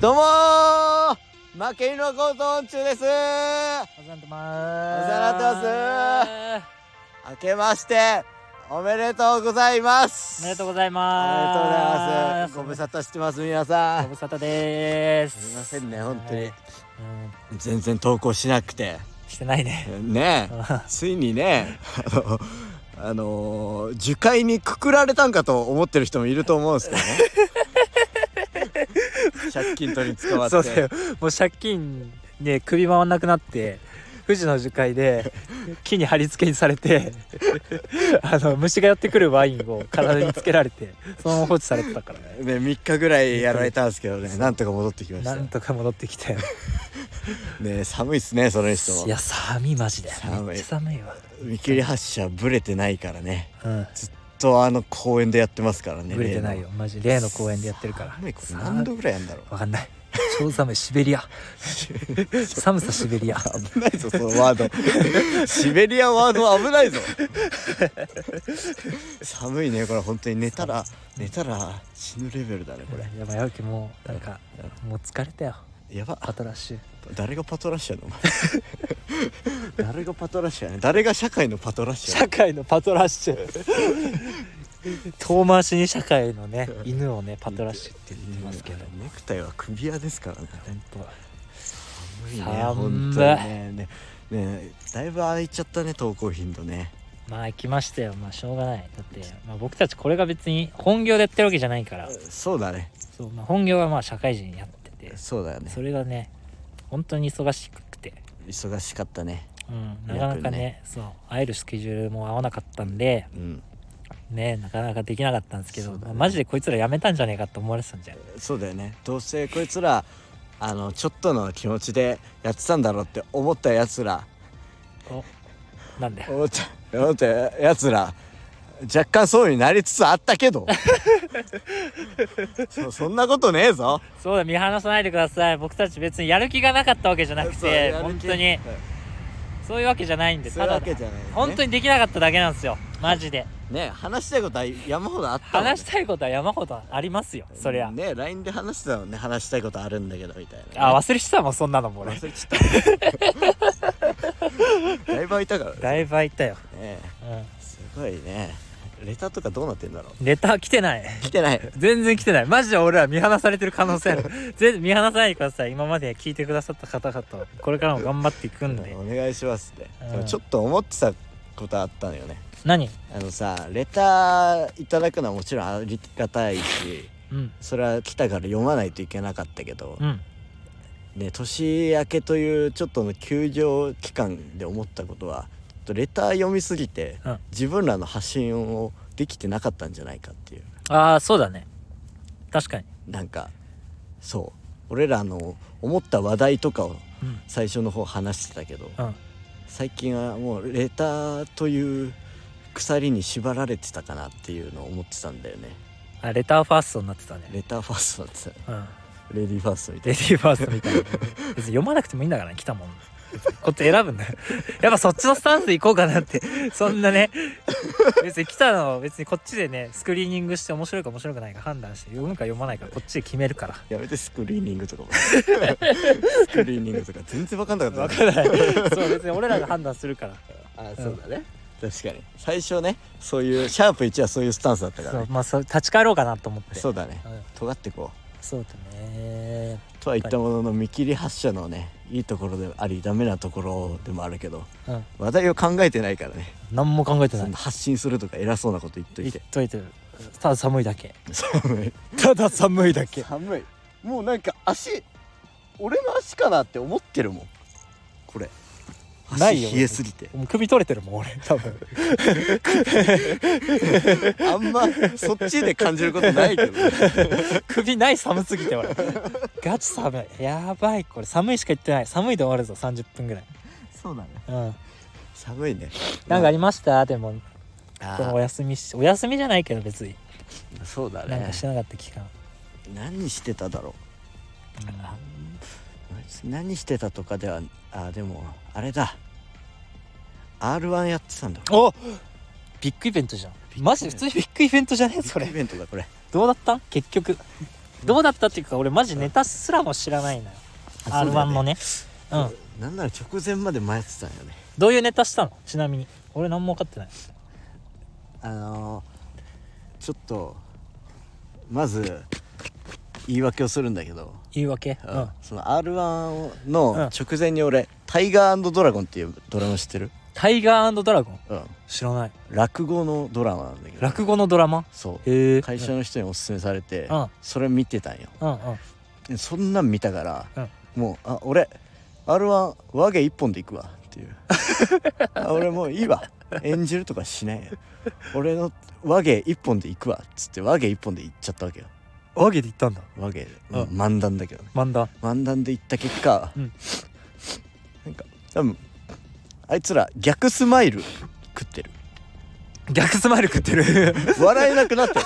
どうもー負け犬のコートン中ですお世話になってまお世話になってーす。明けましておめでとうございますおめでとううございごます。ご無沙汰してます皆さごん無沙汰でーす。すいませんね本当にうん全然投稿しなくてしてないね。ねえついにねあのあのー樹海にくくられたんかと思ってる人もいると思うんですけどね 借金取りに捕まってそうだよ。もう借金で首回んなくなって、富士の樹海で木に貼り付けにされて、あの虫がやってくるワインを体につけられて、そのまま放置されてたからね。ね、3日ぐらいやられたんですけどねなんとか戻ってきましたなんねとか戻ってきたよ。寒いっすねその人いもや寒いマジで。寒いめっちゃ寒いわ。見切り発車ブレてないからねうん。とあの公園でやってますからねぶれてないよ。マジ例の公園でやってるから。寒いこれ何度ぐらいやんだろうわかんない。超寒いシベ リア。寒さシベリア。危ないぞそのワードシベリアワードは危ないぞ寒いねこれ本当に寝たら寝たら死ぬレベルだねこれやばいやばいもうなんかもう疲れたよ。やばパトラッシュ。誰がパトラッシュやのお前誰がパトラッシュやね誰が社会のパトラッシュやね社会のパトラッシュ。遠回しに社会のね犬をねパトラッシュって言ってますけど。ネクタイは首輪ですからね本当。寒いね寒い本当にねねねだいぶ空いちゃったね投稿頻度ねまあ行きましたよ。まあしょうがない。だってまあ僕たちこれが別に本業でやってるわけじゃないから。そうだねそうまあ本業はまあ社会人やってて、そうだよねそれがね本当に忙しくて。忙しかったねうん、なかなか約ねねそう会えるスケジュールも合わなかったんでうんねなかなかできなかったんですけど、そうだねまあマジでこいつらやめたんじゃねえかって思われてたんじゃんそうだよねどうせこいつらあのちょっとの気持ちでやってたんだろうって思ったやつらおなんだよ思った思ったやつら若干そうになりつつあったけ どそそんなことねえぞそうだ見放さないでください僕たち別にやる気がなかったわけじゃなくそうてやる本気当にそういうわけじゃないんでそういたうだわけじゃないね本当にできなかっただけなんですよマジでね話したいことは山ほどあったもんね話したいことは山ほどありますよそりゃ、ね LINE で話してたのね話したいことあるんだけどみたいなあね忘れてたもんそんなのも俺忘れちゃった だいぶ空いたからねだいぶ空いたよ、ねう、すごいねレターとかどうなってんだろうんレター来てない来てない全然来てないマジで俺ら見放されてる可能性ある 全然見放さないでください今まで聞いてくださった方々これからも頑張っていくんでお願いしますね、うんでもちょっと思ってたことあったのよね何あのさレターいただくのはもちろんありがたいしうんそれは来たから読まないといけなかったけどう、んね、年明けというちょっとの休場期間で思ったことはちょっとレター読みすぎて、うん自分らの発信をできてなかったんじゃないかっていうああそうだね確かになんかそう俺らの思った話題とかをうん最初の方話してたけど、うん最近はもうレターという鎖に縛られてたかなっていうのを思ってたんだよねあレターファーストになってたねレターファーストだってたうんレディーファーストみたレいディーファーストみ たいな別に読まなくてもいいんだからね来たもんこっち選ぶんだよ やっぱそっちのスタンスでいこうかなってそんなね別に来たのを別にこっちでねスクリーニングして面白いか面白くないか判断して読むか読まないかこっちで決めるからなやめてスクリーニングとか もスクリーニングとか全然分かんなかわっかんないそう別に俺らが判断する からたあそうだね、確かに最初ねそういうシャープ1はそういうスタンスだったかそらうねまあそう立ち返ろうかなと思ってそうだねうん尖ってこそうだねうとは言ったものの見切り発車のねいいところでありダメなところでもあるけどうん話題を考えてないからね何も考えてなそんいな発信するとか偉そうなこと言っと言いってといてただ寒いだけ寒いただ寒いだ寒いもうなんか足俺の足かなって思ってるもんこれないよ足冷えすぎてもう首取れてるもん俺多 分 あんまそっちで感じることないけどね首ない寒すぎて俺ガチ寒いやばいこれ寒いしか言ってない寒いで終わるぞ30分ぐらい そうだねうん寒いねなんかありましたでもあこのお休みしお休みじゃないけど別にーそうだなんねかしてなかった期間、何してただろうんう何してたとかではあーでもあれだ R1 やってたんだおビッグイベントじゃんグイベント マジで普通にビッグイベントじゃねえそビッグれイベントだこれどうだった結局 どうだったっていうか俺マジネタすらも知らないのよそう r だよ1ねのねうんなんなら直前まで迷ってたんよねどういうネタしたのちなみに俺何も分かってないあのーちょっとまず言い訳をするんだけど、言い訳ううんんその r 1うんの直前に俺、タイガードラゴン」っていうドラマ知ってる、タイガードラゴンうん、知らない落語のドラマなんだけど落語のドラマそうへえ会社の人におすすめされて、うんそれ見てたんようんうんでそんなん見たから、もうあ俺 r 1和芸一本でいくわっていう あ俺もういいわ演じるとかしないよ俺の和芸一本でいくわっつって和芸一本で行っちゃったわけよ和芸で言ったんだ和芸で、うん漫談だけどね漫談漫談で行った結果、うんなんか多分あいつら逆スマイル食ってる逆スマイル食ってる笑えなくなってる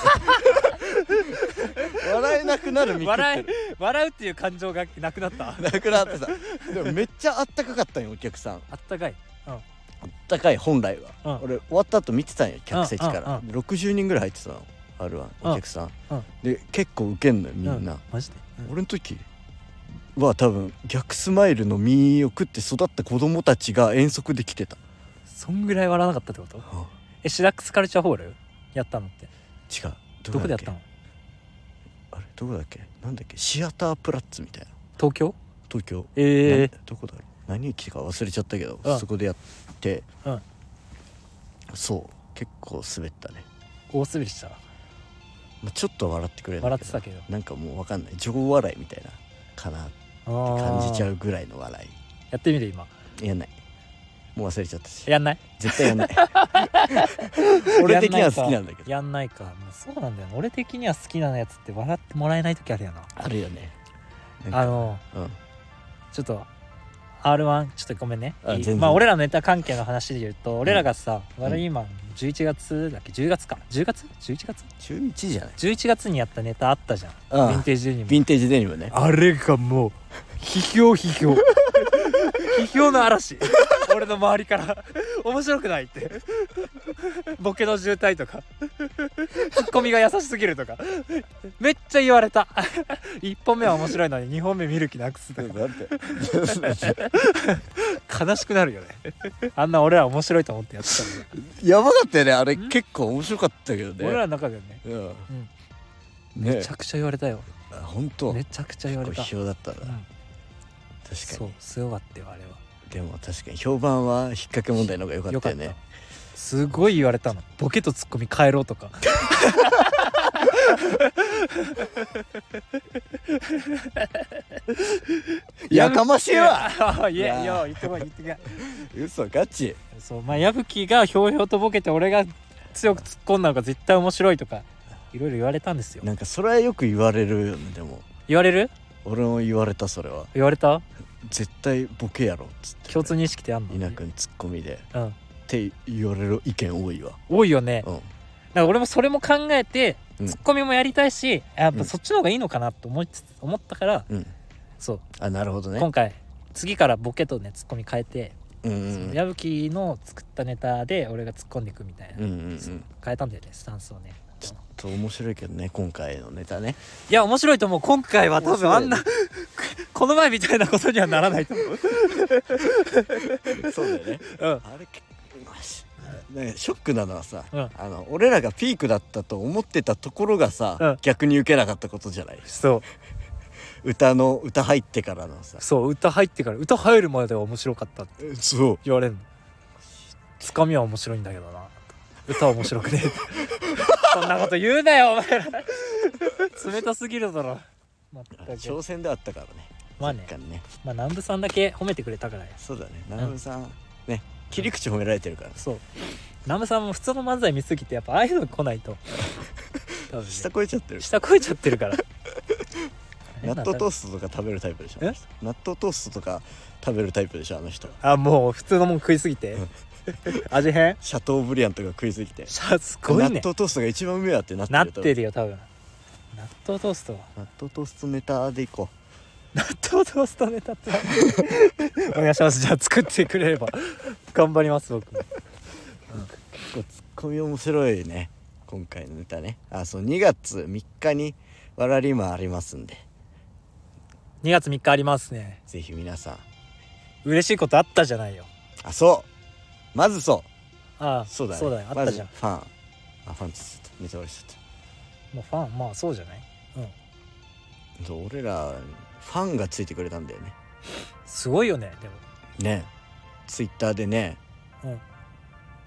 笑えなくなる身食って笑いる笑うっていう感情がなくなったなくなってさでもめっちゃあったかかったんよお客さんあったかいあったかい本来は、うん俺終わった後見てたんよ客席かうんら、う60人ぐらい入ってたの r 1うんお客さん、うんで結構ウケんのよみんな、うマジでうん俺の時は多分逆スマイルの実を食って育った子供たちが遠足で来てた、そんぐらい笑わなかったってことうんえシラックスカルチャーホールやったのって違うどこでだやっっけたのあれどこだっけなんだっけシアタープラッツみたいな東京東京ええなんどこだろう何駅か忘れちゃったけど、うんそこでやって、うんそう結構滑ったね、大滑りしたまあ、ちょっと笑ってくれたけど笑ってたけどなんかもう分かんない情笑いみたいなかなって感じちゃううぐらいの笑やってみる今いやんないもう忘れちゃった しやんない絶対やんない 俺的には好きなんだけどやんないかやんないかそうなんだよな俺的には好きなやつって笑ってもらえない時あるよなあるよねなんかあのうんちょっと R1 ちょっとごめんねあいい全然まあ俺らのネタ関係の話で言うと俺らがさ、んワルイマン11月だっけ10月か10月11月中1じゃない11月にやったネタあったじゃんああヴィンテージデニムヴィンテージデニムねあれがもう批評批評批評の嵐俺の周りから面白くないってボケの渋滞とかツッコミが優しすぎるとかめっちゃ言われた1本目は面白いのに2本目見る気なくすとだか って悲しくなるよねあんな俺ら面白いと思ってやってたのに、やばかったよねあれん結構面白かったけどね俺らの中ではねうんんめねちゃくちゃ言われたよあ本当めちゃくちゃ言われた、結構批評だったう、なん確かそうにすごかったよあれはでも確かに評判は引っ掛け問題の方が良かったよねすごい言われたのボケとツッコミ変えろとかやかましいわいやいや言ってこい言ってこい嘘ガチそうまあ矢吹がひょうひょうとボケて俺が強く突っ込んだのが絶対面白いとかいろいろ言われたんですよなんかそれはよく言われるよねでも言われる俺も言われたそれは言われた絶対ボケやろっつって共通認識ってあんの稲君ツッコミでうんって言われる意見多いわ多いよねうんなんか俺もそれも考えてうんツッコミもやりたいしやっぱそっちの方がいいのかなと思いつつ思ったからうんそうあなるほどね今回次からボケとねツッコミ変えてうんうんそうのん矢吹の作ったネタで俺が突っ込んでいくみたいな、うんうんうんそう変えたんだよねスタンスをねちょっと面白いけどね今回のネタ ねいや面白いと思う今回は多分あんな、 面この前みたいなことにはならないと思う、そうだよねうん、あれ結構マジねショックなのはさ、うんあの俺らがピークだったと思ってたところがさ、うん逆に受けなかったことじゃないそう歌の歌入ってからのさそう歌入ってから歌入るまでは面白かったってそう言われるのつかみは面白いんだけどな歌は面白くねえそんなこと言うなよお前ら冷たすぎるだろまった挑く戦であったからねまあね若干ねまあ南部さんだけ褒めてくれたからやそうだね南部さん、ね切り口褒められてるからそう南部さんも普通の漫才見すぎてやっぱああいうの来ないと 多分ね下超えちゃってる下超えちゃってるから納豆トースストとか食べるタイプでしょえあの人納豆トーストとか食べるタイプでしょあの人あもう普通のもん食いすぎて味変シャトーブリアンとか食いすぎてしゃすご納いね豆トーストが一番うめえわってなってるなっ多分てるよ多分納豆トーストは納豆トーストネタでいこ納豆トーストネタってお願いしますじゃあ作ってくれれば頑張ります僕もう結構ツッコミ面白いね今回のネタねあそう2月3日にわらりもありますんで2月3日ありますねぜひ皆さん嬉しいことあったじゃないよあそうまずそうああそうだねそうだねあっまたずじゃん、ファンあファンって言っちゃったネタバレしちゃっもうファンまあそうじゃないうんたそう俺らファンがついてくれたんだよねすごいよねでもねツイッターでね、うん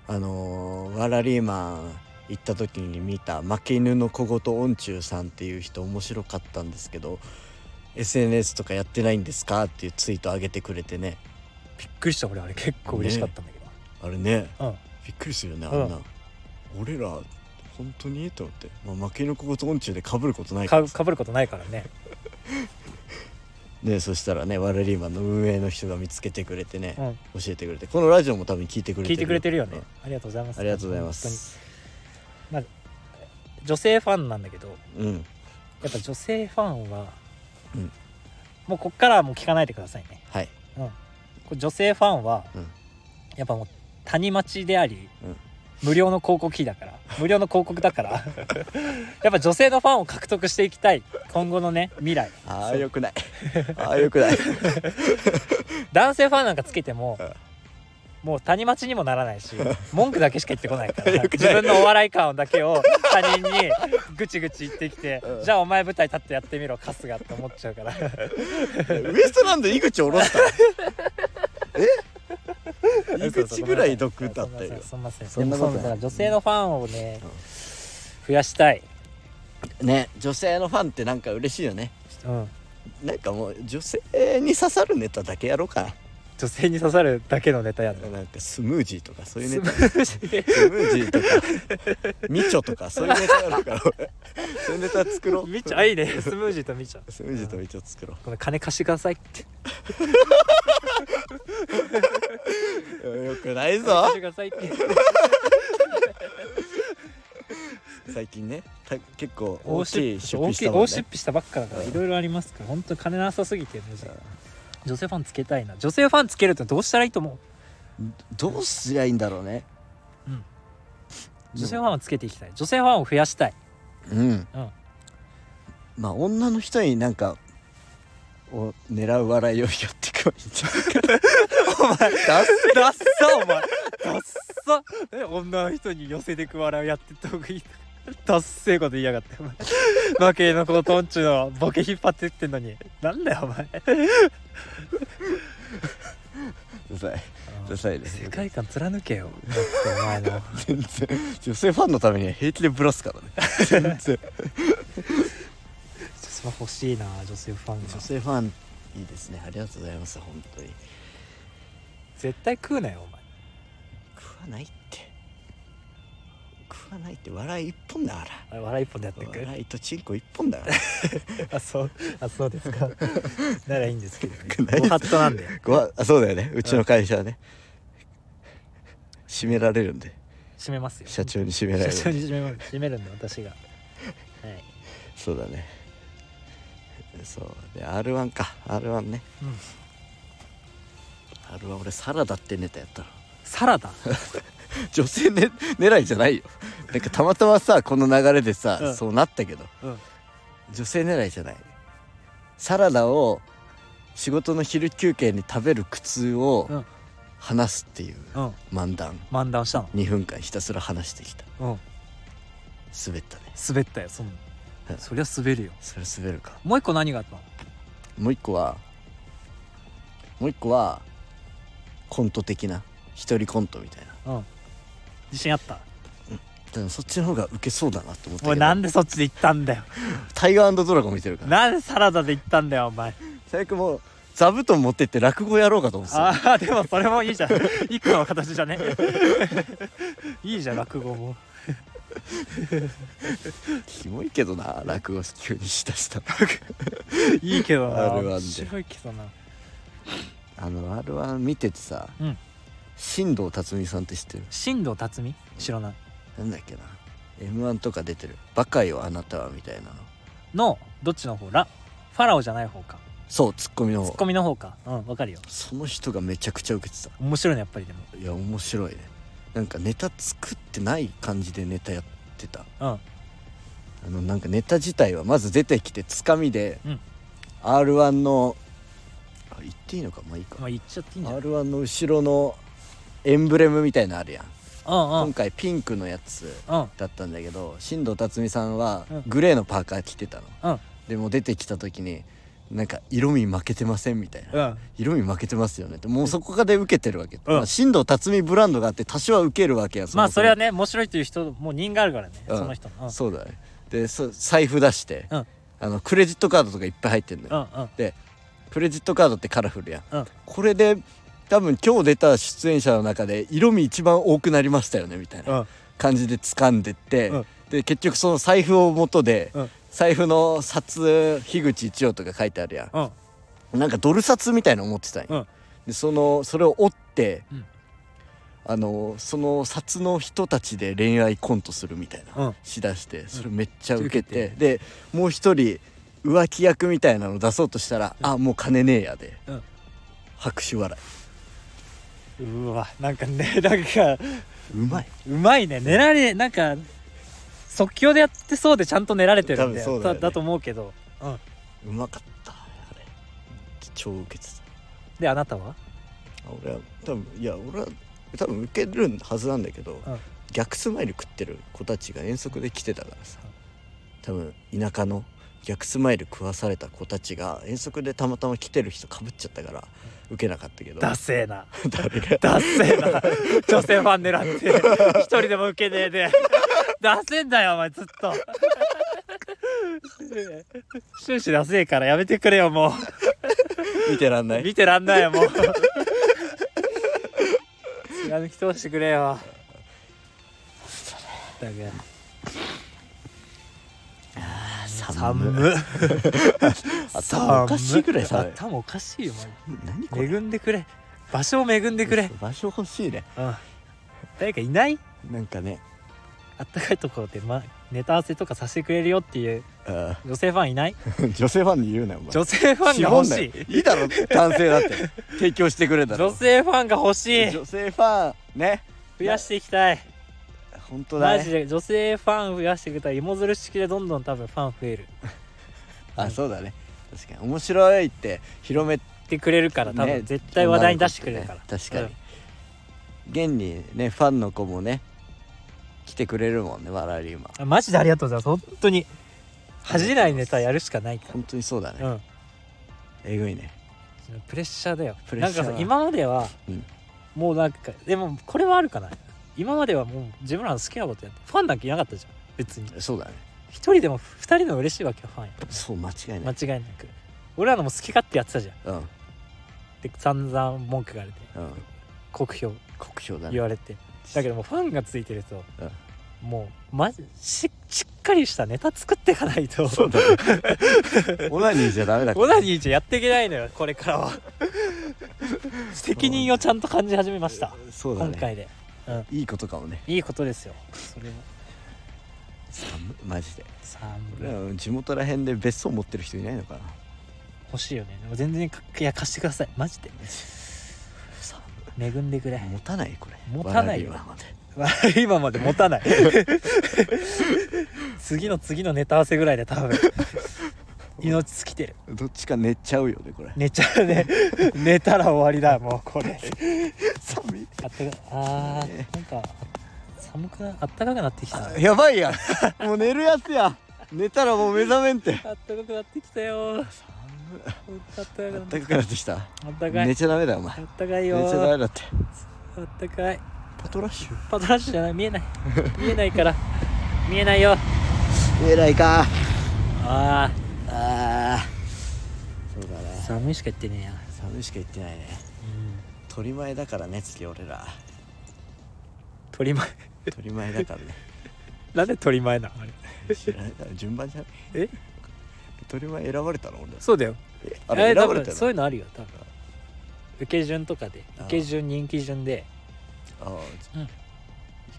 あのーワラリーマン行った時に見た負け犬の小言音中さんっていう人面白かったんですけど SNS とかやってないんですかっていうツイート上げてくれてねびっくりした俺あれ結構嬉しかったんだけど、あれねうんびっくりするよねあんうんな、俺ら本当にと思って、まあ、負け犬の小言音中でかぶることないからかかぶることないからねでそしたらねワラリーマンの運営の人が見つけてくれてねう、ん教えてくれてこのラジオも多分聞いてくれて聞いてくれてるよね、うんありがとうございますありがとうございま本す当に女性ファンなんだけどうんやっぱ女性ファンは、うんもうこっからはもう聞かないでくださいねはいこれ女性ファンは、うんやっぱもう谷町であり、うん無料の広告費だ から無料の広告だから やっぱ女性のファンを獲得していきたい今後のね未来ああそうよくない ああよくない男性ファンなんかつけても、うんもう谷町にもな らないし文句だけしか言ってこないからよくない自分のお笑い感だけを他人にぐちぐち言ってきて、うんじゃあお前舞台立ってやってみろ春日って思っちゃうからウエストランド井口下ろ したえ井口ぐらい毒だったよすんませんそんなでこもとそなういだから女性のファンをね、うん増やしたい、ね女性のファンってなんか嬉しいよねうん、なんかもう女性に刺さるネタだけやろうか女性に刺さるだけのネタやるな なんかスムージーとかそういうネタみスムージーとかみちょとかそういうネタやろう から俺そういうネタ作ろうちゃんいいねスムージーとみちゃんスムージーとみちょ作ろこの金貸してくださいってうよくない貸しぞてくださいって最近ねた結構大大出き費いし出大費きしいたも大ん出ね費したばっかだからうんいろいろありますから本当金なさすぎてね女性ファンつけたいな女性ファンつけるってどうしたらいいと思ううんどうすりゃいいんだろうねうん女性ファンをつけていきたい女性ファンを増やしたいうんうんまあ女の人になんかを狙う笑いをやっていけばいいんじ ゃないかお前ダスダッサお前ダッサえ女の人に寄せてく笑いやってった方がいい ダッセーこと言いやがってお前負けのこのトンチのボケ引っ張ってってんのになんだよお前ダサいダサいね世界観貫けよもっとお前の全然女性ファンのためには平気でブラすからね全然スマホ欲しいな女性ファンが女性ファンいいですねありがとうございます本当に絶対食うなよお前食わないって食わないって笑い一本だかあれ笑い一本でやってらく笑いとチンコ一本だからあそうあそうですかならいいんですけどくなねいご法度なんでごわあそうだよねうちの会社はね締められるんで閉めますよ社長に締められるんで社長に閉めます閉めるんで私がはいそうだねそうで R1 か R1 ねうん R1 俺サラダってネタやったのサラダ女性、ね、狙いじゃないよなんかたまたまさこの流れでさ、うんそうなったけどうん女性狙いじゃないサラダを仕事の昼休憩に食べる苦痛うをん話すっていううん漫談漫談したの2分間ひたすら話してきたうん滑ったね滑ったよそんなうんそりゃ滑るよそれ滑るかもう一個何があったのもう一個はもう一個はコント的な一人コントみたいなうん自信あったでもそっちの方がウケそうだなと思ったおけいなんどでそっちで行ったんだよタイガードラゴン見てるからなんでサラダで行ったんだよお前最悪もう座布団持ってって落語やろうかと思ってたああでもそれもいいじゃん一個の形じゃね いいじゃん落語もキモいけどな落語急にしたした いいけどな R1 で面白いけどなあの r 1見ててさ、うん新藤辰巳さんって知ってる新藤辰巳知らないなんだっけな m 1とか出てる「バカよあなたは」みたいなののどっちの方らファラオじゃない方かそうツッコミのツッ方コミの方かうんわかるよその人がめちゃくちゃウケてた面白いねやっぱりでもいや面白いねなんかネタ作ってない感じでネタやってたうんあのなんかネタ自体はまず出てきてつかみで、うん r 1のあ言っていいのかまあいいか、まあ言っちゃっていいんじゃない r 1の後ろのエンブレムみたいなのあるやんうんうん今回ピンクのやつうんだったんだけど新藤辰巳さんはうんグレーのパーカー着てたの、うんでも出てきた時になんか色味負けてませんみたいな、うん色味負けてますよねってもうそこで受けてるわけ、うんまあ、新藤辰巳ブランドがあって多少は受けるわけやまあももそれはね面白いという人もう人があるからね、うんその人のうんそうだねでそ財布出して、うんあのクレジットカードとかいっぱい入ってんのうよ、んうんでクレジットカードってカラフルやん、うんこれで多分今日出た出演者の中で色味一番多くなりましたよねみたいなうん感じで掴んでって、うんで結局その財布を元で、うん財布の札樋口一葉とか書いてあるやん、うんなんかドル札みたいなの持ってたんよ、うんでそのそれを折って、うんあのその札の人たちで恋愛コントするみたいな、うんしだしてそれめっちゃ受けて、受けでもう一人浮気役みたいなの出そうとしたら、あもう金ねえやで、うん拍手笑うわなんかねなんかいうまいうまいね寝られなんか即興でやってそうでちゃんと寝られてるんで多分そうだよねだと思うけど、うん、うまかったあれ超受けてたであなたはあ俺は多分いや俺は多分受けるはずなんだけど、うん逆スマイル食ってる子たちが遠足で来てたからさうん多分田舎の逆スマイル食わされた子たちが遠足でたまたま来てる人かぶっちゃったから受けなかったけどダセーな誰がダッセーな女性ファン狙って一人でも受けねえでダセーんだよお前ずっと終始ダセーからやめてくれよも見てらんなうい見てらんない よもう貫き通してくれよだけどい寒頭おかしいぐらい寒い 頭おかしいよマ何こジれ恵んでくれ場所を恵んでくれ、場所欲しいねうん、誰かいないなんかねあったかいところで、ま、ネタ合わせとかさせてくれるよっていうあ 女性ファンいないー女性ファンに言うなよお前女性ファンが欲絞んしないいいいだろ男性だって提供してくれた女ろ性ファンが欲しい女性ファンね増やしていきたい本当だマジねで女性ファン増やしていきたい芋づる式でどんどん多分ファン増えるあそうだね確かに面白いって広めってくれるから多ね分絶対話題に出してくれるから、女の子ってねうん確かに、現にねファンの子もね来てくれるもんねわらり今あマジでありがとうございます本当に恥じないネタやるしかないか本当にそうだね、らうんえぐいねプレッシャーだよプレッシャーなんかさ今までは、うんもうなんかでもこれはあるかな今まではもう自分らの好きなことやってファンなんかいなかったじゃん別にそうだね一人でも二人の嬉しいわけよファンやそう間違いない、間違いなく俺らのも好き勝手やってたじゃんうんで散々文句があれてうん酷評酷評だね言われてだけどもうファンがついてると、うんもうまじししっかりしたネタ作っていかないとそうだねオナニーじゃダメだからオナニーじゃやっていけないのよこれか らは責任をちゃんと感じ始めました、そうだ今ね回でいいことかもねいいことですよそれは寒いマジで寒俺いら地元らへんで別荘持ってる人いないのかな欲しいよねでも全然かいや貸してくださいマジで寒恵んでくれい持たないこれ持たないよわらびはまで 今まで持たない 次の次のネタ合わせぐらいで多 分命尽きてるどっちか寝ちゃうよねこれ 寝ちゃうね寝たら終わりだもうこれ寒いあったかあーなんか寒くなあったかくなってきたあっやばいやんもう寝るやつや寝たらもう目覚めんてたかくなってきたよほんとあったかくあなっったてきかくなってきたたあったかい寝ちゃダメだよお前あったかい寝ちよゃダメだってあったかいパトラッシュパトラッシュじゃない見えない見えないから見えないよえらいかああーそうだあね寒いしか言ってねえや、寒いしか言ってないねうん、鳥前だからね次俺ら鳥前 鳥前だからねなんで鳥前なのあれ知らないだろ順番じゃんえ鳥前選ばれたの俺そうだよえあれ選多ばれ分たそのういうのあるよ多分受け順とかであー受け順人気順でああうんい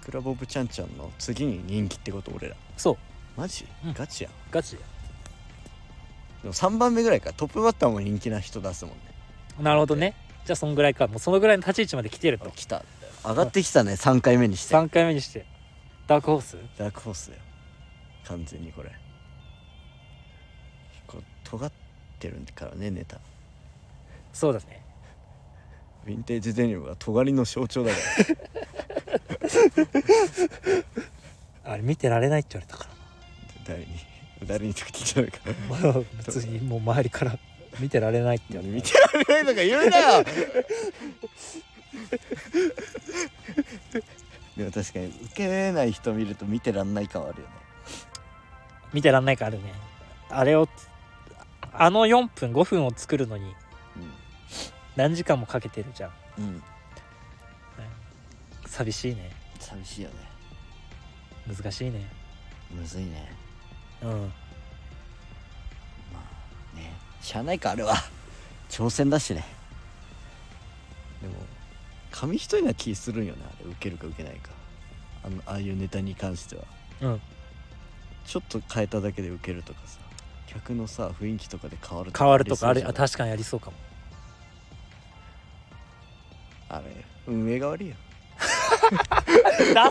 くらボブちゃんちゃんの次に人気ってこと俺らそうマジうんガチやんガチでも3番目ぐらいかトップバッターも人気な人出すもんねなるほどねじゃあそんぐらいかもうそのぐらいの立ち位置まで来てると来た上がってきたね3回目にして3回目にしてダークホースダークホースだよ完全にこれこう尖ってるからねネタそうだねヴィンテージデニムが尖りの象徴だから あれ見てられないって言われたか誰に誰にとか聞いちゃうから 別にもう周りから見てられないって言らわれ見てられないとか言うなよ でも確かに受けない人見ると見てらんない感はあるよねた見てらんないからあるねあれをあの4分5分を作るのに何時間もかけてるじゃんうん、うん、寂しいね寂しいよね難しいねむずいねうんまあねしゃあないかあれは挑戦だしねでも紙一重な気するんよねあれ受けるか受けないかあのああいうネタに関してはうんちょっと変えただけで受けるとかさ客のさ雰囲気とかで変わる変わるとかありるそうあじゃん確かにありそうかもあれ運営が悪いよ出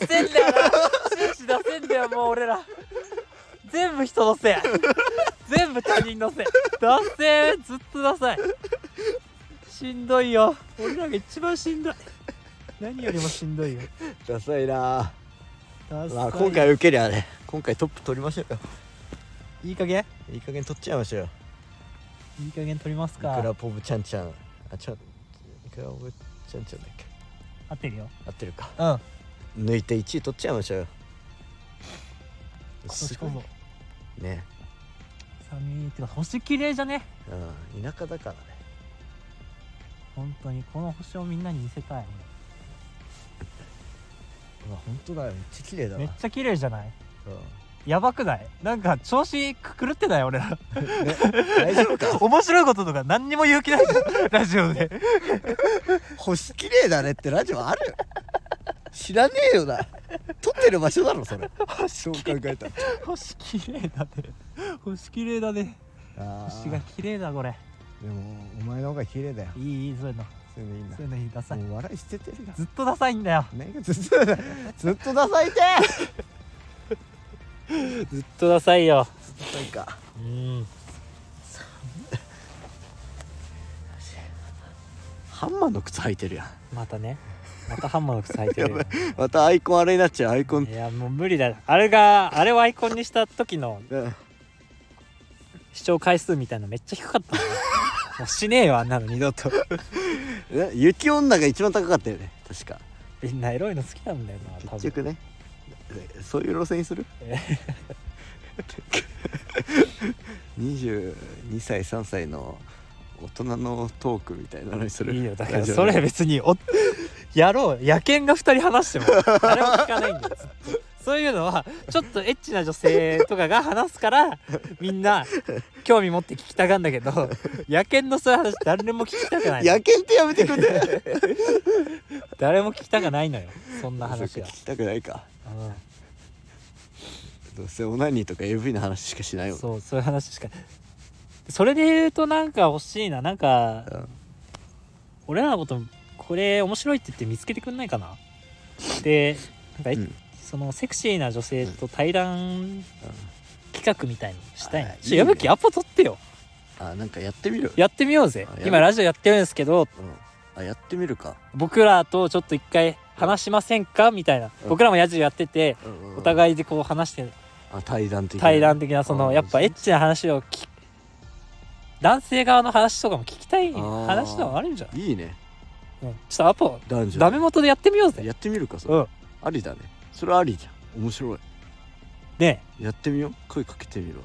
せんだよな終始出せんだよもう俺ら全部人のせい全部他人のせいダセーずっとダサいしんどいよ俺らが一番しんどい何よりもしんどいよダサいなダサい、まあ今回受けりゃね今回トップ取りましょうよいい加減いい加減取っちゃいましょうよいい加減取りますいくらかポブちゃんちゃんあちゃんいくらポブちゃんちゃんだっけ合ってるよ合ってるかうん抜いて1位取っちゃいましょうよ年こそね寒いってか星綺麗じゃねうん田舎だからね本当にこの星をみんなに見せたいうわ本当だよめっちゃ綺麗だめっちゃ綺麗じゃないうんやばくないなんか調子狂ってない俺らね大丈夫か 面白いこととか何にも言う気 ないじゃんラジオで星綺麗だねってラジオある知らねえよな撮ってる場所だろそ れそう考えたら星綺麗だね星綺麗だねあ星が綺麗だこれでもお前の方が綺麗だよいいいいそういうのそういうのいいんだそういうのいいダサいもう笑い捨ててるよずっとダサいんだよ何がずっとずっとダサい てずっとダサいよダサいかうんハンマーの靴履いてるやんまたねまたハンマーの靴履いてるよ やまたアイコンあれになっちゃうアイコンいやもう無理だあれがあれをアイコンにした時のうん視聴回数みたいなのめっちゃ低か ったもんねもうしねえよあんなの二度とえ雪女が一番高かったよね確かみんなエロいの好きなんだよな多結分局ねえそういう路線にするえ22歳3歳の大人のトークみたいなのにするいいよだからラジオそれ別にお やろう野犬が2人話しても誰も聞かないんだよずっとそういうのはちょっとエッチな女性とかが話すからみんな興味持って聞きたがんだけど野犬のそういう話誰も聞きたくないの野犬ってやめてくんね誰も聞きたくないのよそんなそうか話は聞、きたくないかうんどうせオナニーとか AV の話しかしないよそうそういう話しかそれで言うとなんか欲しいななんかうん俺らのことこれ面白いって言って見つけてくんないかなでなんか、えうんそのセクシーな女性と対談企画みたいのしたいな、あちょいいね矢吹アポ取ってよあなんかやってみるやってみようぜあやる今ラジオやってるんですけうどんあやってみるか僕らとちょっと一回話しませんかみたいなうん僕らもラジオやってておおい互いでこう話してあ対談的な対談的なそのあやっぱそうエッチな話を聞男性側の話とかも聞きたいあー話とかもあるんじゃないいいねうんちょっとアポ男女ダメ元でやってみようぜやってみるかそれうんありだねそれありじゃん面白いねやってみよう声かけてみるわ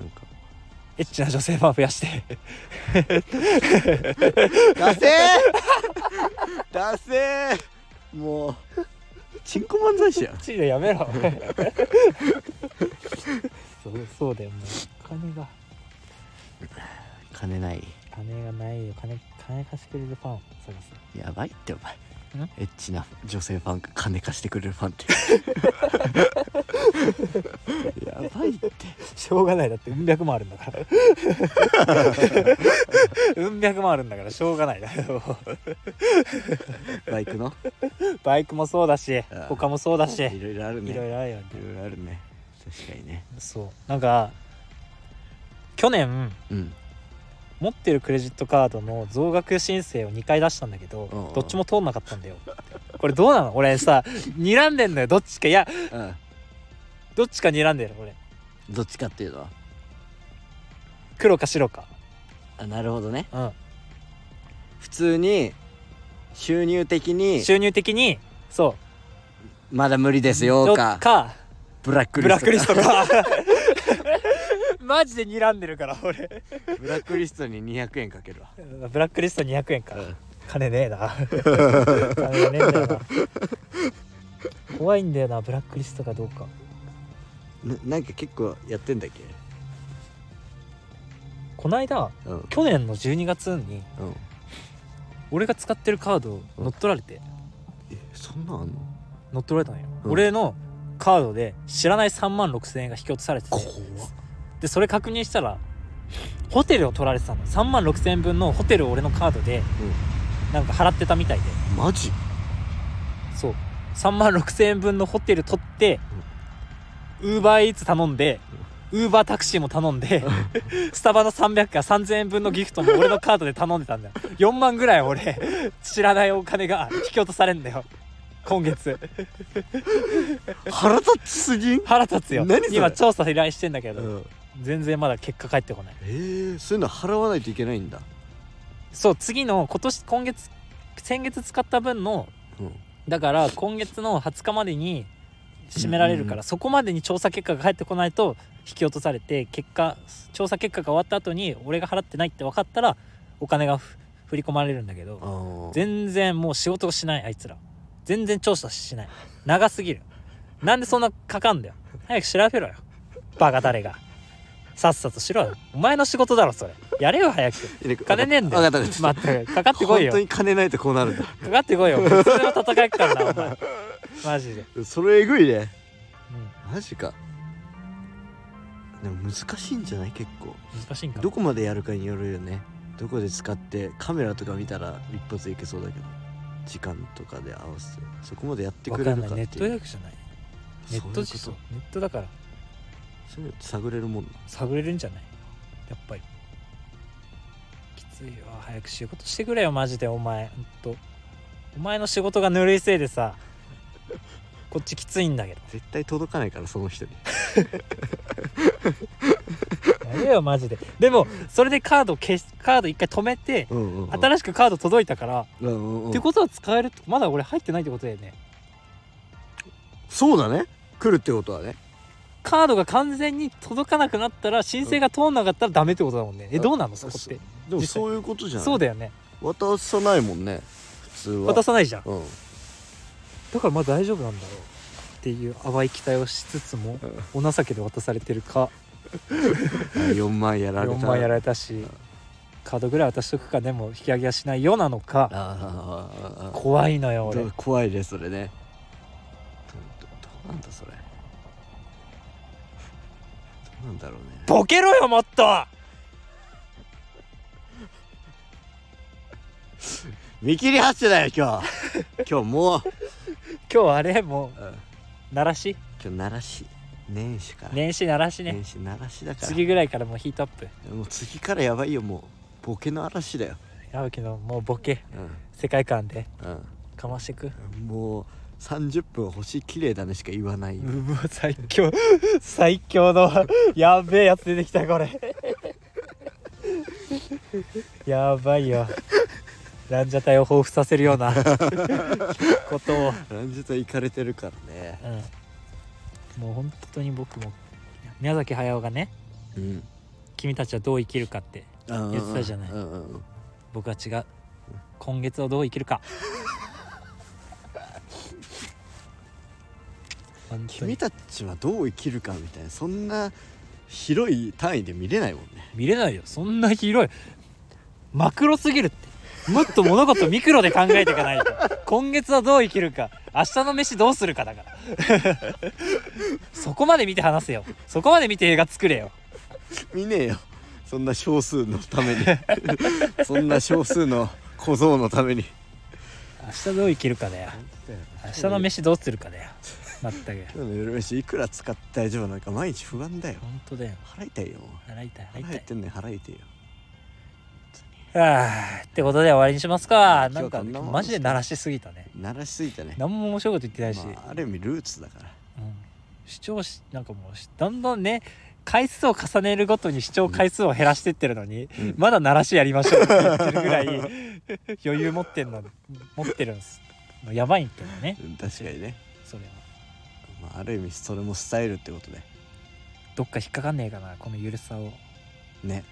なんかエッチな女性ファン増やしてダセ ーダセーもうチンコ漫才師やんチーでやめ ろそうそうだよもうお金が金ない金がないよ金金貸してくれるファンを探すやばいってお前んエッチな女性ファンが金貸してくれるファンって やばいってしょうがないだってうん百もあるんだ からうん百もあるんだからしょうがない だよバイクのバイクもそうだしああ他もそうだしいろいろあるねいろいろあるよねいろいろあるね確かにねそうなんか去年うん持ってるクレジットカードの増額申請を2回出したんだけどうんうんどっちも通んなかったんだよこれどうなの俺さ睨んでんのよどっちかいやうんどっちか睨んでる俺どっちかっていうのは黒か白かあなるほどねうん普通に収入的に収入的にそうまだ無理ですよかかブラックブリラスックトリストか マジで睨んでるから俺ブラックリストに200円かけるわブラックリスト200円か、うん金ね えな金がねえんだよな怖いんだよなブラックリストかどうかななんか結構やってんだっけこないだうんうん去年の12月に俺が使ってるカード乗っ取られてえそんなんあんの乗っ取られたのよ、うん俺のカードで知らない3万6千円が引き落とされてて怖っでそれ確認したらホテルを取られてたの3万6千円分のホテルを俺のカードでなんか払ってたみたいでマジそう3万6千円分のホテル取ってウーバーイーツ頼んでウーバータクシーも頼 んでスタバの300か3000円分のギフトも俺のカードで頼んでたんだよ4万ぐらい俺知らないお金が引き落とされんだよ今月腹立ちすぎん腹立つよ何それ今調査依頼してんだけど、うん全然まだ結果返ってこないえー、そういうの払わないといけないんだそう次の今年今月先月使った分のうんだから今月の20日までに締められるから、うんうんそこまでに調査結果が返ってこないと引き落とされて結果調査結果が終わった後に俺が払ってないって分かったらお金がふ振り込まれるんだけどあー全然もう仕事をしないあいつら全然調査しない長すぎるなんでそんなかかんだよ早く調べろよバカ誰がさっさとしろよお前の仕事だろそれやれよ早く金ねえんだよわかったわかったまったくかかってこい本よ当に金ないとこうなるんだかかってこいよそれの戦いっからなお前マジで、それえぐいねうんマジかでも難しいんじゃない結構難しいんかどこまでやるかによるよねどこで使ってカメラとか見たら一発でいけそうだけど時間とかで合わせてそこまでやってわくかれるんかなっいてネット予いう約じゃないそうネットいうこ実装ネットだからとそういうのって探れるもんな探れるんじゃないやっぱりきついわ早く仕事してくれよマジでお前ほんとお前の仕事がぬるいせいで さこっちきついんだけど絶対届かないからその人にやれよマジででもそれでカード消しカード一回止めてうんうんうん新しくカード届いたから、うんうんうんってことは使えるってまだ俺入ってないってことだよねそうだね来るってことはねカードが完全に届かなくなったら申請が通んなかったらダメってことだもんねえどうなのそこってでも実際そういうことじゃないそうだよね渡さないもんね普通は渡さないじゃんうんだからまあ大丈夫なんだろうっていう淡い期待をしつつもお情けで渡されてるか4万やられた4万やられたしカードぐらい渡しとくかでも引き上げはしないようなのかあーあーあーあー怖いのよ俺ど怖いねそれねどどどうなんだそれどうなんだろうねボケろよもっと見切り発車だよ今日 今日もう、今日あれもうん、今う鳴らし日鳴らし年始から、年始鳴らしね年始鳴らしだから次ぐらいからもうヒートアップもう次からやばいよもうボケの嵐だよ矢吹のもうボケう世界観でんかましてくうんもう30分星綺麗だねしか言わないうよわ最強最強のやべえやつ出てきたこれやばいよランジャタイを彷彿させるようなことを、ランジと行かれてるからねうん、もう本当に僕も宮崎駿がねうん「君たちはどう生きるか」って言ってたじゃないうんうんうん僕は違う今月をどう生きるか本当君にたちはどう生きるかみたいなそんな広い単位で見れないもんね見れないよそんな広いマクロすぎるってもっと物事ミクロで考えていかないと今月はどう生きるか明日の飯どうするかだからそこまで見て話せよそこまで見て映画作れよ 見ねえよそんな少数のために そんな少数の小僧のために明日どう生きるかだよ明日の飯どうするかだよまったく今日の夜飯いくら使って大丈夫なのか毎日不安だよ本当だよ払いたいよ払いたい払い払えたてんねん払えてよいああってことで終わりにしますか今な日んはかこんなもんマジで鳴らしすぎたね鳴らしすぎたね何も面白いこと言ってないし、まあ、ある意味ルーツだからうん視聴しなんかもうしだんだんね回数を重ねるごとに視聴回数を減らしてってるのに、うんまだ鳴らしやりましょうって言ってるぐらい余裕持ってんの持ってるんですやばいけどねうん確かにね、それはまあ、ある意味それもスタイルってことでどっか引っかかんねえかなこのゆるさをね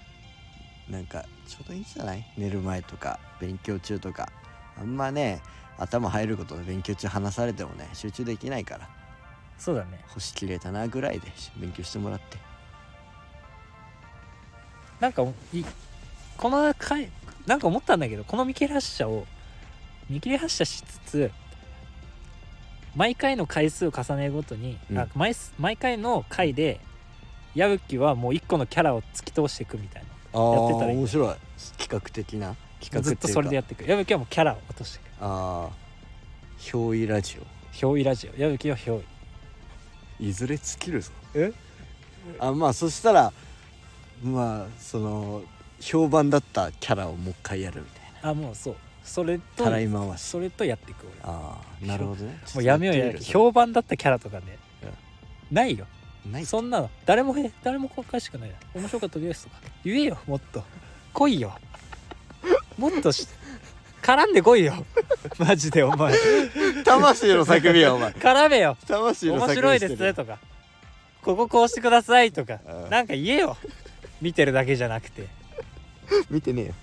なんかちょうどいいんじゃない寝る前とか勉強中とかあんまね頭入ることで勉強中話されてもね集中できないからそうだね星切れたなぐらいで勉強してもらってなんかいこの回なんか思ったんだけどこの見切り発車を見切り発車しつつ毎回の回数を重ねるごとに、うんあ毎す毎回の回で矢吹はもう一個のキャラを突き通していくみたいなあややってたらいい面白い企画的な企画ずっとそれでやっっていく矢吹はもうキャラを落としていくああ憑依ラジ憑依ラジオ矢吹は憑依オいずれ尽きるぞえあまあそしたらまあその評判だったキャラをもう一回やるみたいなあもうそうそれとたらい回しそれとやっていく俺はああなるほどねもうやめようやめようちょっ評判だったキャラとかね、ないとやってみよる そんなの誰もへ誰もこう返してくないよ面白かったですとか言えよもっと来いよもっとし絡んでこいよマジでお前ない魂の叫びやお前絡めよ 魂の叫び面白いですねとかこここうしてくださいとかうんなんか言えよ見てるだけじゃなくて見てねえよ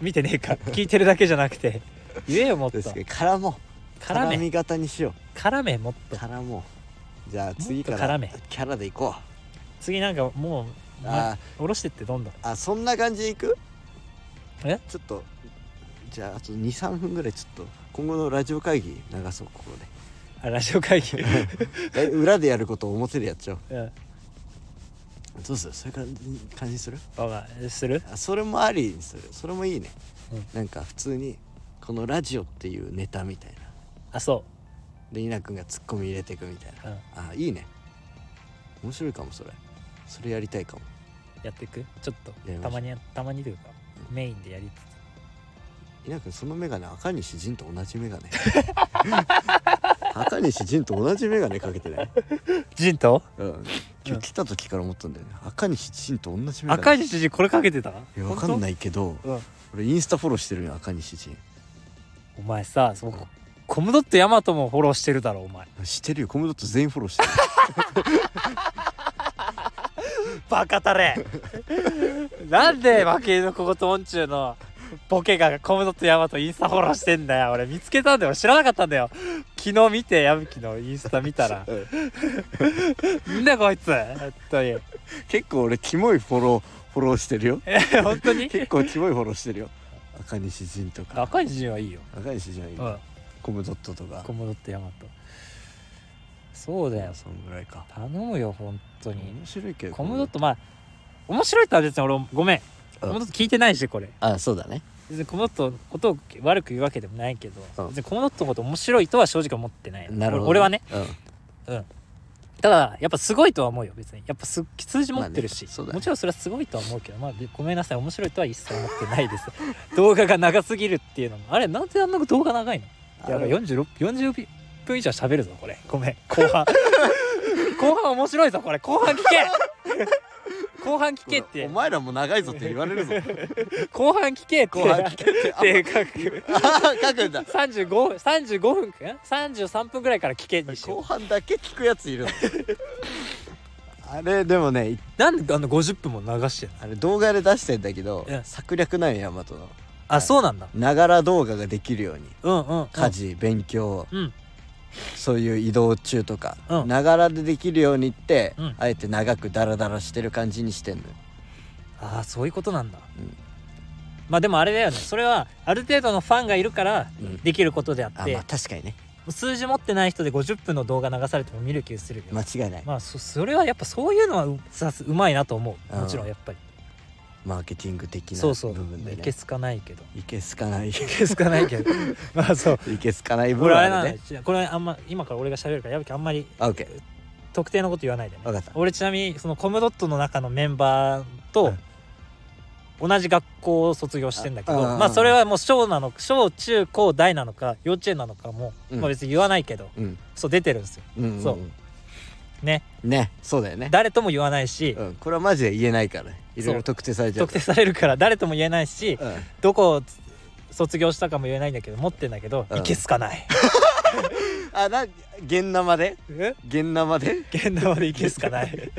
見てねえか聞いてるだけじゃなくて言えよもっと確かに絡もう絡めみ方にしよ絡めもっうと絡もうじゃあ次かもらっと絡キャラでいこ次なんかもううまあ下ろしてってどんどんーあそんな感じでいくえちょっとじゃああと23分ぐらいちょっと今後のラジオ会議流そうここあラジオ会議、 でえ裏でやることを表でやっちゃおううん、どうするそういう感じ感じにするお前するあそれもありにするそれもいいね、うんなんか普通にこのラジオっていうネタみたいなあそで稲君がツッコミ入れていくみたいな、うんあいいね面白いかもそれそれやりたいかもうやっていくちょっとりましょうたまにやたまにというかうメインでやりつ稲君その眼鏡赤西仁と同じ眼 鏡赤西仁と同じ眼鏡かけてね、つジンとうん、今日来た時から思ったんだよね赤西仁と同じ眼鏡赤西ジンこれかけてた、いやわかんないいけど本俺インスタフォローしてるよ赤西仁当お前さそこコムドットヤマトもフォローしてるだろお前してるよコムドット全員フォローしてるバカた れなんで負けのこことオンチューのボケがコムドットヤマトインスタフォローしてんだよ俺見つけたんだよ俺知らなかったんだよ昨日見て矢吹のインスタ見た らなんだこいつ本当に結構俺キモいフォローフォローしてるよえ 本当に結構キモいフォローしてるよ赤西仁とか 赤西ジンはいいよ、赤西仁はいいねうん、コムドットとかコムドットヤマトそうだよそんぐらいか頼むよ本当に面白いけどコムドットまあ面白いとは別に俺ごめんうコんムドット聞いてないしこれあそうだね別にコムドットのことを悪く言うわけでもないけどうん別にコムドットのこと面白いとは正直思ってないなるほど、俺俺はねうんただやっぱすごいとは思うよ別にやっぱす数字持ってるし、まあねそうだねもちろんそれはすごいとは思うけどまあでごめんなさい面白いとは一切思ってないです動画が長すぎるっていうのもあれなんであんな動画長いのやばいあ46 40分以上喋るぞこれごめん後 半後半面白いぞこれ後半聞け 後半聞けっおて前らも長いぞって言われ るぞ後半聞けって後半聞けってって書くああ書くんだ35分35分か33分ぐらいから聞けにし後よ半だけ聞くやつ いるのあれでもねうなんであの50分も流してんのあれ動画で出してんだけど、うん策略ないヤマトのあそうなんだながら動画ができるようにうんうん家事、勉強うんそういう移動中とかうんながらでできるようにって、うんあえて長くダラダラしてる感じにしてんのよああそういうことなんだ、うんまあでもあれだよねそれはある程度のファンがいるからうんできることであっあて、まあ確かにね数字持ってない人で50分の動画流されても見る気がするよ、間違いないまあそそれはやっぱそういうのはうさすうまいなと思ううんもちろんやっぱり、マーケティング的なそうそ部う分でいねけすかないけどいけすかないいいけすかない けどまあそうけすかない部これ分あれなあんるだねよこれあんま今から俺が喋るから矢吹あんまりあ OK 特定のこと言わないでね分かった俺ちなみにそのコムドットの中のメンバーうとん同じ学校を卒業してんだけどあああまあそれはもう小なのか小中高大なのか幼稚園なのかも、うんまあ、別に言わないけどうんそう出てるんですようんうんうんそうねねそうだよね誰とも言わないし、うんこれはマジで言えないからねいろいろ特定されちゃう特定されるから誰とも言えないしうんどこを卒業したかも言えないんだけど持ってんだけど、うんいけすかないあな現生でえ現生で現代までいけす かない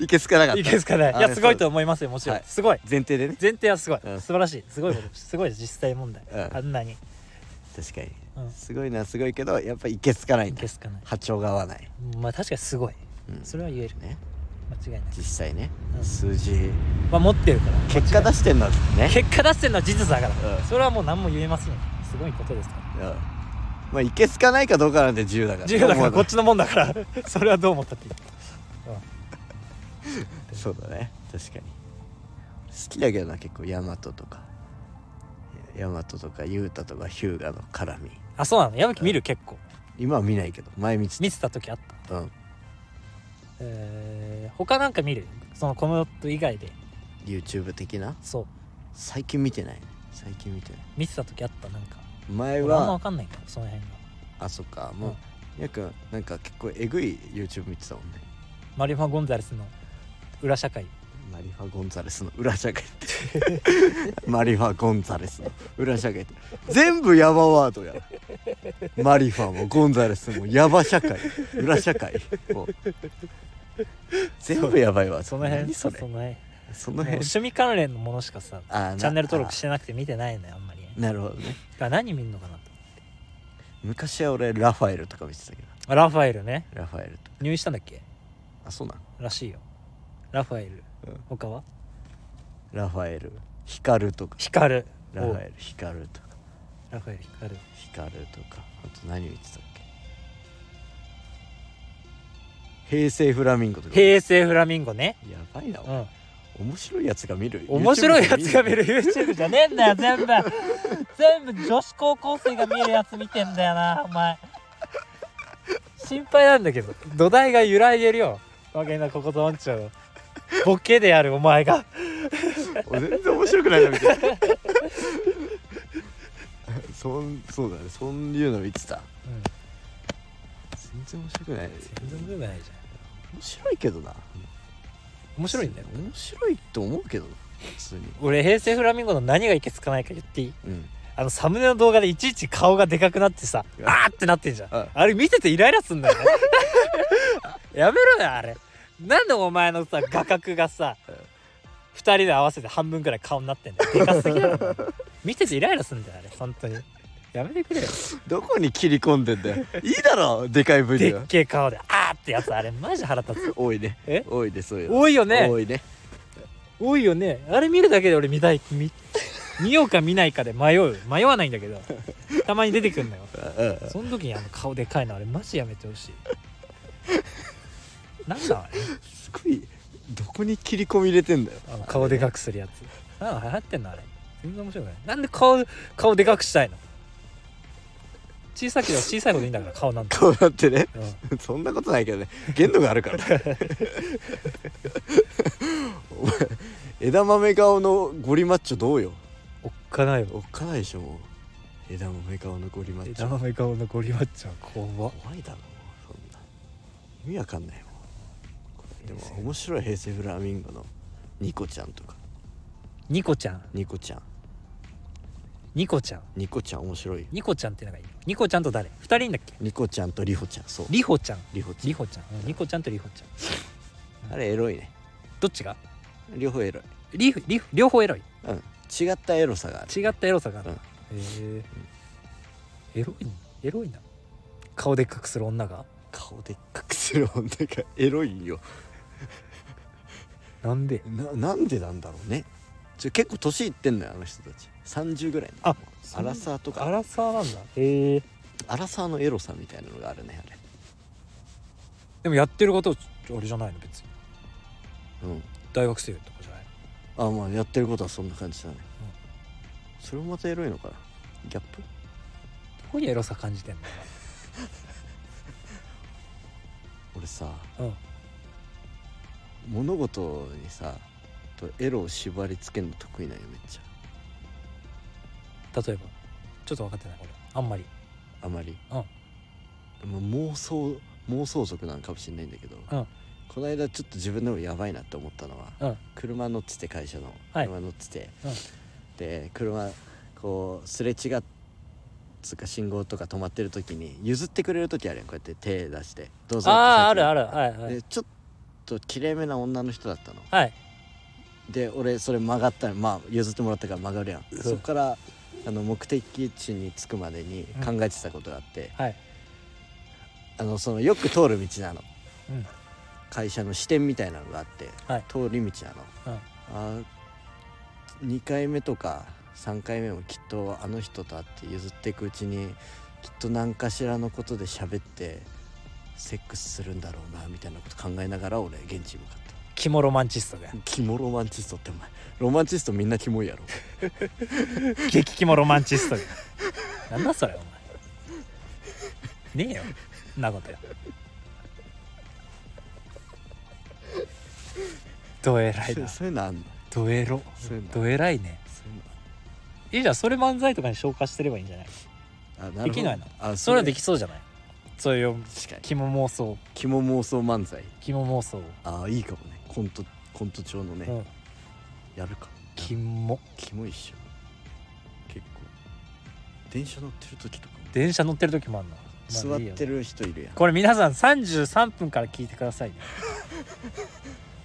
いけすかなかっいたけすかないいあれやすごいと思いますよもちろん、はいすごい前提でね前提はすごい、うん素晴らしいすごいことすごい実際問題、うんあんなに、確かにうん、すごいなすごいけどやっぱいけつかないいんだけすかない波長が合わない、まあ確かにすごいうん、それは言えるね間違いない、実際ね、うん数字まあ、持ってるから結果間違出してんのねいない結果出してるのは事実だから、うんそれはもう何も言えませんよすごいことですからうんまあいけつかないかどうかなんて自由だから自由だから思こうっちのもんだから それはどう思ったっていいそうだね確かに好きだけどな結構ヤマトとかヤマトとかユータとかヒューガの絡みあそうなの矢吹見る結構今は見ないけど前見て見てた時あったたうんえー、他なんか見るそのコムドット以外で YouTube 的なそう最近見てない最近見てない見てた時あったなんか前俺あんまは分かんないからその辺があそっかもうやくんなんか結構えぐい YouTube 見てたもんねマリファ・ゴンザレスの裏社会マリファ・ゴンザレスの裏社会って マリファ・ゴンザレスの裏社会って全部ヤバワードやマリファもゴンザレスもヤバ社会裏社会もう全部ヤバいわその辺それその辺そものう辺趣味関連のものしかさあなチャンネル登録してなくて見てないのよあんまりねなるほどねだから何見んのかなと昔は俺ラファエルとか見てたけどあラファエルねラファエルと入院したんだっけあそうなんらしいよラファエル、うん他はラファエルヒカルとかヒカルラフおァエルヒカルとかラファエルヒカルヒカルとかあと何見てたっけ平成フラミンゴとか平成フラミンゴねやばいな、うん面白いやつが見る面白いやつが見 YouTube る YouTube じゃねえんだよ全部全部女子高校生が見るやつ見てんだよなお前心配なんだけど土台が揺らいでるよわけなここと音痴のボケであるお前が俺全然面白くないなみ たいなそんそうだねそういうの見てたうん全然面白くない全然面白くないじ面白いけどなゃん面白いんだよ面白いと思うけどな普通に俺平成フラミンゴの何がいけつかないか言っていいうんあのサムネの動画でいちいち顔がでかくなってさうんあーってなってんじゃんうんあれ見ててイライラすん だよねやめろよあれなんでお前のさ画角がさうん2人で合わせて半分くらい顔になってんだよでかすぎだろお前見ててイライラすんだよあれ本当にやめてくれよどこに切り込んでんだよいいだろでかい分にではっけえ顔であーってやつあれマジ腹立つ多いねえ多いねそういうの多いよね多いね多いよねあれ見るだけで俺見たい見見ようか見ないかで迷う迷わないんだけどたまに出てくるのようんうんその時にあの顔でかいのあれマジやめてほ しいなんだあれすごいどこに切り込み入れてんだよあの顔でかくするやつなんか流行ってんのあれ全然面白くないなんで顔顔でかくしたいの小さければ小さいほどいいんだから顔なんて、こうなってねうん、そんなことないけどね限度があるから ねお前枝豆顔のゴリマッチョどうよおっかないよおっかないでしょもう枝豆顔のゴリマッチ枝ョ豆顔のゴリマッチョは怖っ怖いだろそんな意味わかんないもんでも面白い平成フラミンゴのニコちゃんとかニコちゃんニコちゃんニコちゃんニコちゃん面白いよニコちゃんってのがいいニコちゃんと誰二人いんだっけニコちゃんとリホちゃんそうリホちゃんリホちリゃんホちゃん、うん、ニコちゃんとリホちゃんあれエロいねどっちが両方エロいリフリフ両方エロいうん違ったエロさがある違ったエロさがある、うんへえエロいのエロいな顔でっかくする女が顔でっかくする女がエロいよなんでななんでなんだろうねちょ結構年いってんのよあの人たち30ぐらいのあアラサーとアかラサーなんだへえアラサーのエロさみたいなのがあるねあれでもやってることあれじゃないの別にうん大学生とかじゃないあまあやってることはそんな感じだね、それもまたエロいのかなギャップこにエロさ感じてん俺さのうん物事にさとエロを縛り付けるの得意なんよめっちゃ例えばちょっと分かってないこれあんまりあまり、うんまあ妄想妄想族なんかもしれないんだけど、うんこの間ちょっと自分でもやばいなって思ったのは、うん車乗ってて会社の、はい車乗ってて、うんで車こうすれ違っつうか信号とか止まってる時に譲ってくれる時あるやんこうやって手出してどうぞあああるあるるはいはいでちょっときれいめな女の人だったのはいで俺それ曲がったらまあ譲ってもらったから曲がるやん、うんそこからあの目的地に着くまでに考えてたことがあって、はいあのそのよく通る道なのうん会社の支店みたいなのがあって、はい通り道なのうあん2回目とか3回目もきっとあの人と会って譲っていくうちにきっと何かしらのことで喋ってセックスするんだろうなみたいなこと考えながら俺現地に向かった。キモロマンチストだよキモロマンチストってお前ロマンチストみんなキモいやろ激キモロマンチストだよなんだそれお前ねえよそんなことよどえらい なそそういうのあんのどえろそういうのどえらいねそういうのいいじゃんそれ漫才とかに消化してればいいんじゃないあなるほどできないのあそれはでききそうじゃないそういう確かにキモ妄想キモ妄想漫才キモ妄想をああいいかもねコントコント調のね、うんやるかキモキモいっしょ結構電車乗ってる時とかも電車乗ってる時もあんな、まあ座っいいよてる人いるやんこれ皆さん33分から聞いてくださいね、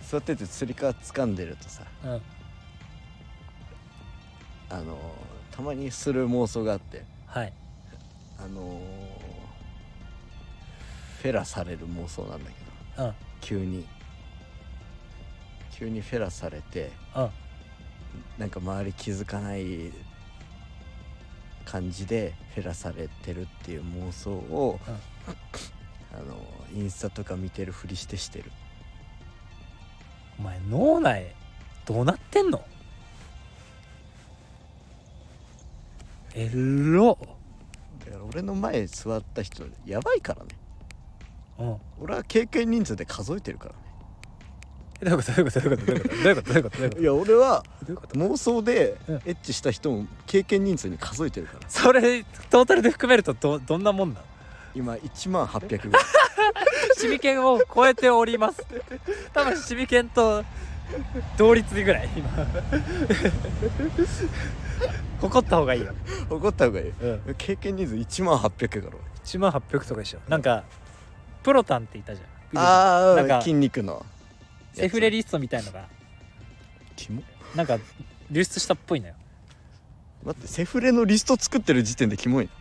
座っててつり革掴んでるとさうん、あのーたまにする妄想があってはいあのーフェラされる妄想なんだけどうんうん急に急にフェラされてなんか周り気づかない感じでフェラされてるっていう妄想を、うんあのインスタとか見てるふりしてしてるお前脳内どうなってんのえろだから俺の前座った人やばいからねうん俺は経験人数で数えてるからねえどういうことどういうことどういうことどういうことどういうことどういうことどういや俺はいうこと妄想でうんエッチした人も経験人数に数えてるからそれトータルで含めるとどどんなもんなの今1万800ぐらい シミケンを超えております多分シミケンと同率ぐらい今誇った方がいいよ、怒った方がいいうん、経験人数1万800やから俺1万800とかでしょなんかプロタンっていたじゃんあなんあか筋肉のセフレリストみたいのがキモなんか流出したっぽいのよ待ってセフレのリスト作ってる時点でキモいな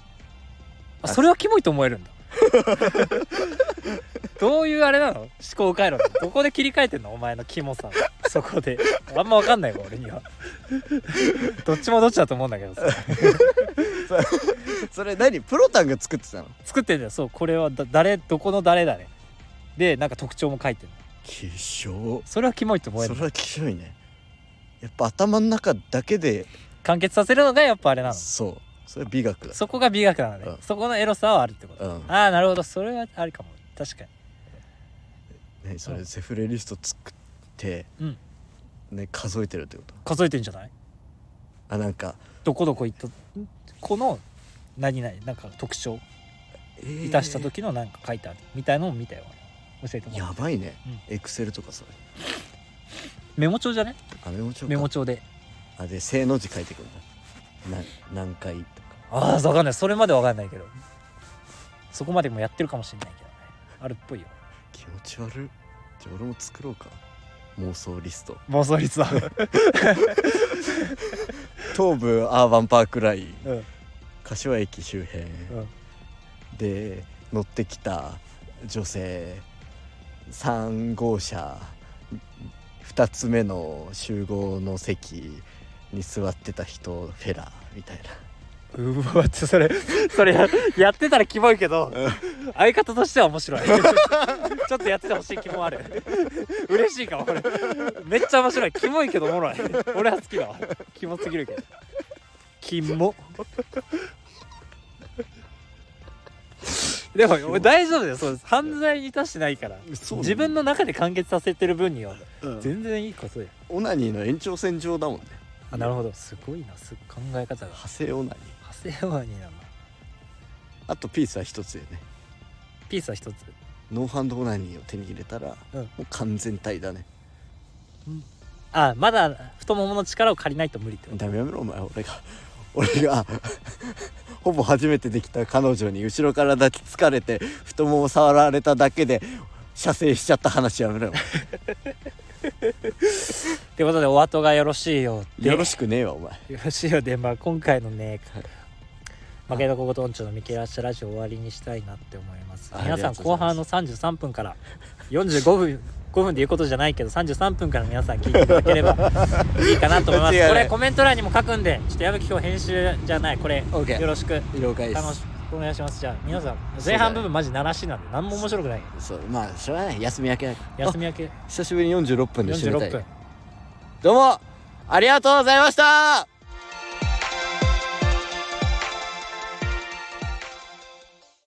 あそれはキモいと思えるんだ どういうあれなの思考回路なのどこで切り替えてんのお前のキモさそこであんま分かんないわ俺にはどっちもどっちだと思うんだけどさ それ何プロタンが作ってたの作ってんだよそうこれはだ誰どこの誰だねでなんか特徴も書いてる希少それはキモいと思えそるれは希少いねやっぱ頭の中だけで完結させるのがやっぱあれなのそうそれは美学だそこが美学なのね、うんそこのエロさはあるってこと、うんああなるほどそれはあるかも確かにねそうれんセフレリスト作ってうんね数えてるってこと数えてんじゃないあなんかどこどこ行ったんこの何々なんか特徴いたした時のなんか書いてあるみたいのを見たよ俺教えてもらやったばいねエクセルとかそれメモ帳じゃねあメモ帳かメモ帳であで正の字書いてくるんだな何回とかああ分かんないそれまで分かんないけどそこまでもやってるかもしれないけどねあるっぽいよ気持ち悪いじゃあ俺も作ろうか妄想リスト妄想率は、東部アーバンパークラインうん柏駅周辺うん、で乗ってきた女性3号車2つ目の集合の席に座ってた人フェラみたいなうわちょそれそれややってたらキモいけど相方としては面白い ちょっとやっててほしい気もある嬉しいかも俺めっちゃ面白いキモいけどおもろい俺は好きだわキモすぎるけどキモでも俺大丈夫だよそうです犯罪に達してないからそう自分の中で完結させてる分にはうん全然いいことやオナニーの延長線上だもんねあなるほどすごいなす考え方が派生オナニーハセワニなんだあとピースは一つでねピースは一つノーハンドオナニーを手に入れたら、うんもう完全体だねあまだ太ももの力を借りないと無理ってことダメやめろお前俺が 俺が ほぼ初めてできた彼女に後ろから抱きつかれて太ももを触られただけで射精しちゃった話やめろよってことでお後がよろしいようでよろしく ねえわお前よろしいようで、まあ、今回のねはい負けどこごとんちょの見切らしラジオ終わりにしたいなって思いますあ皆さあんりがとうご後ざいます半の33分から45分5分で言うことじゃないけど33分から皆さん聞いていただけ ればいいかなと思いま間違いすないこれコメント欄にも書くんでちょっと矢吹今日編集じゃないこれ OK よろしく了解で楽しすくお願いしますじゃあ皆さん前半部分マジ鳴らしなんで何も面白くないそうまあしょうがない休み明けだから休み明けあ久しぶりに46分で締めた46い分どうもありがとうございました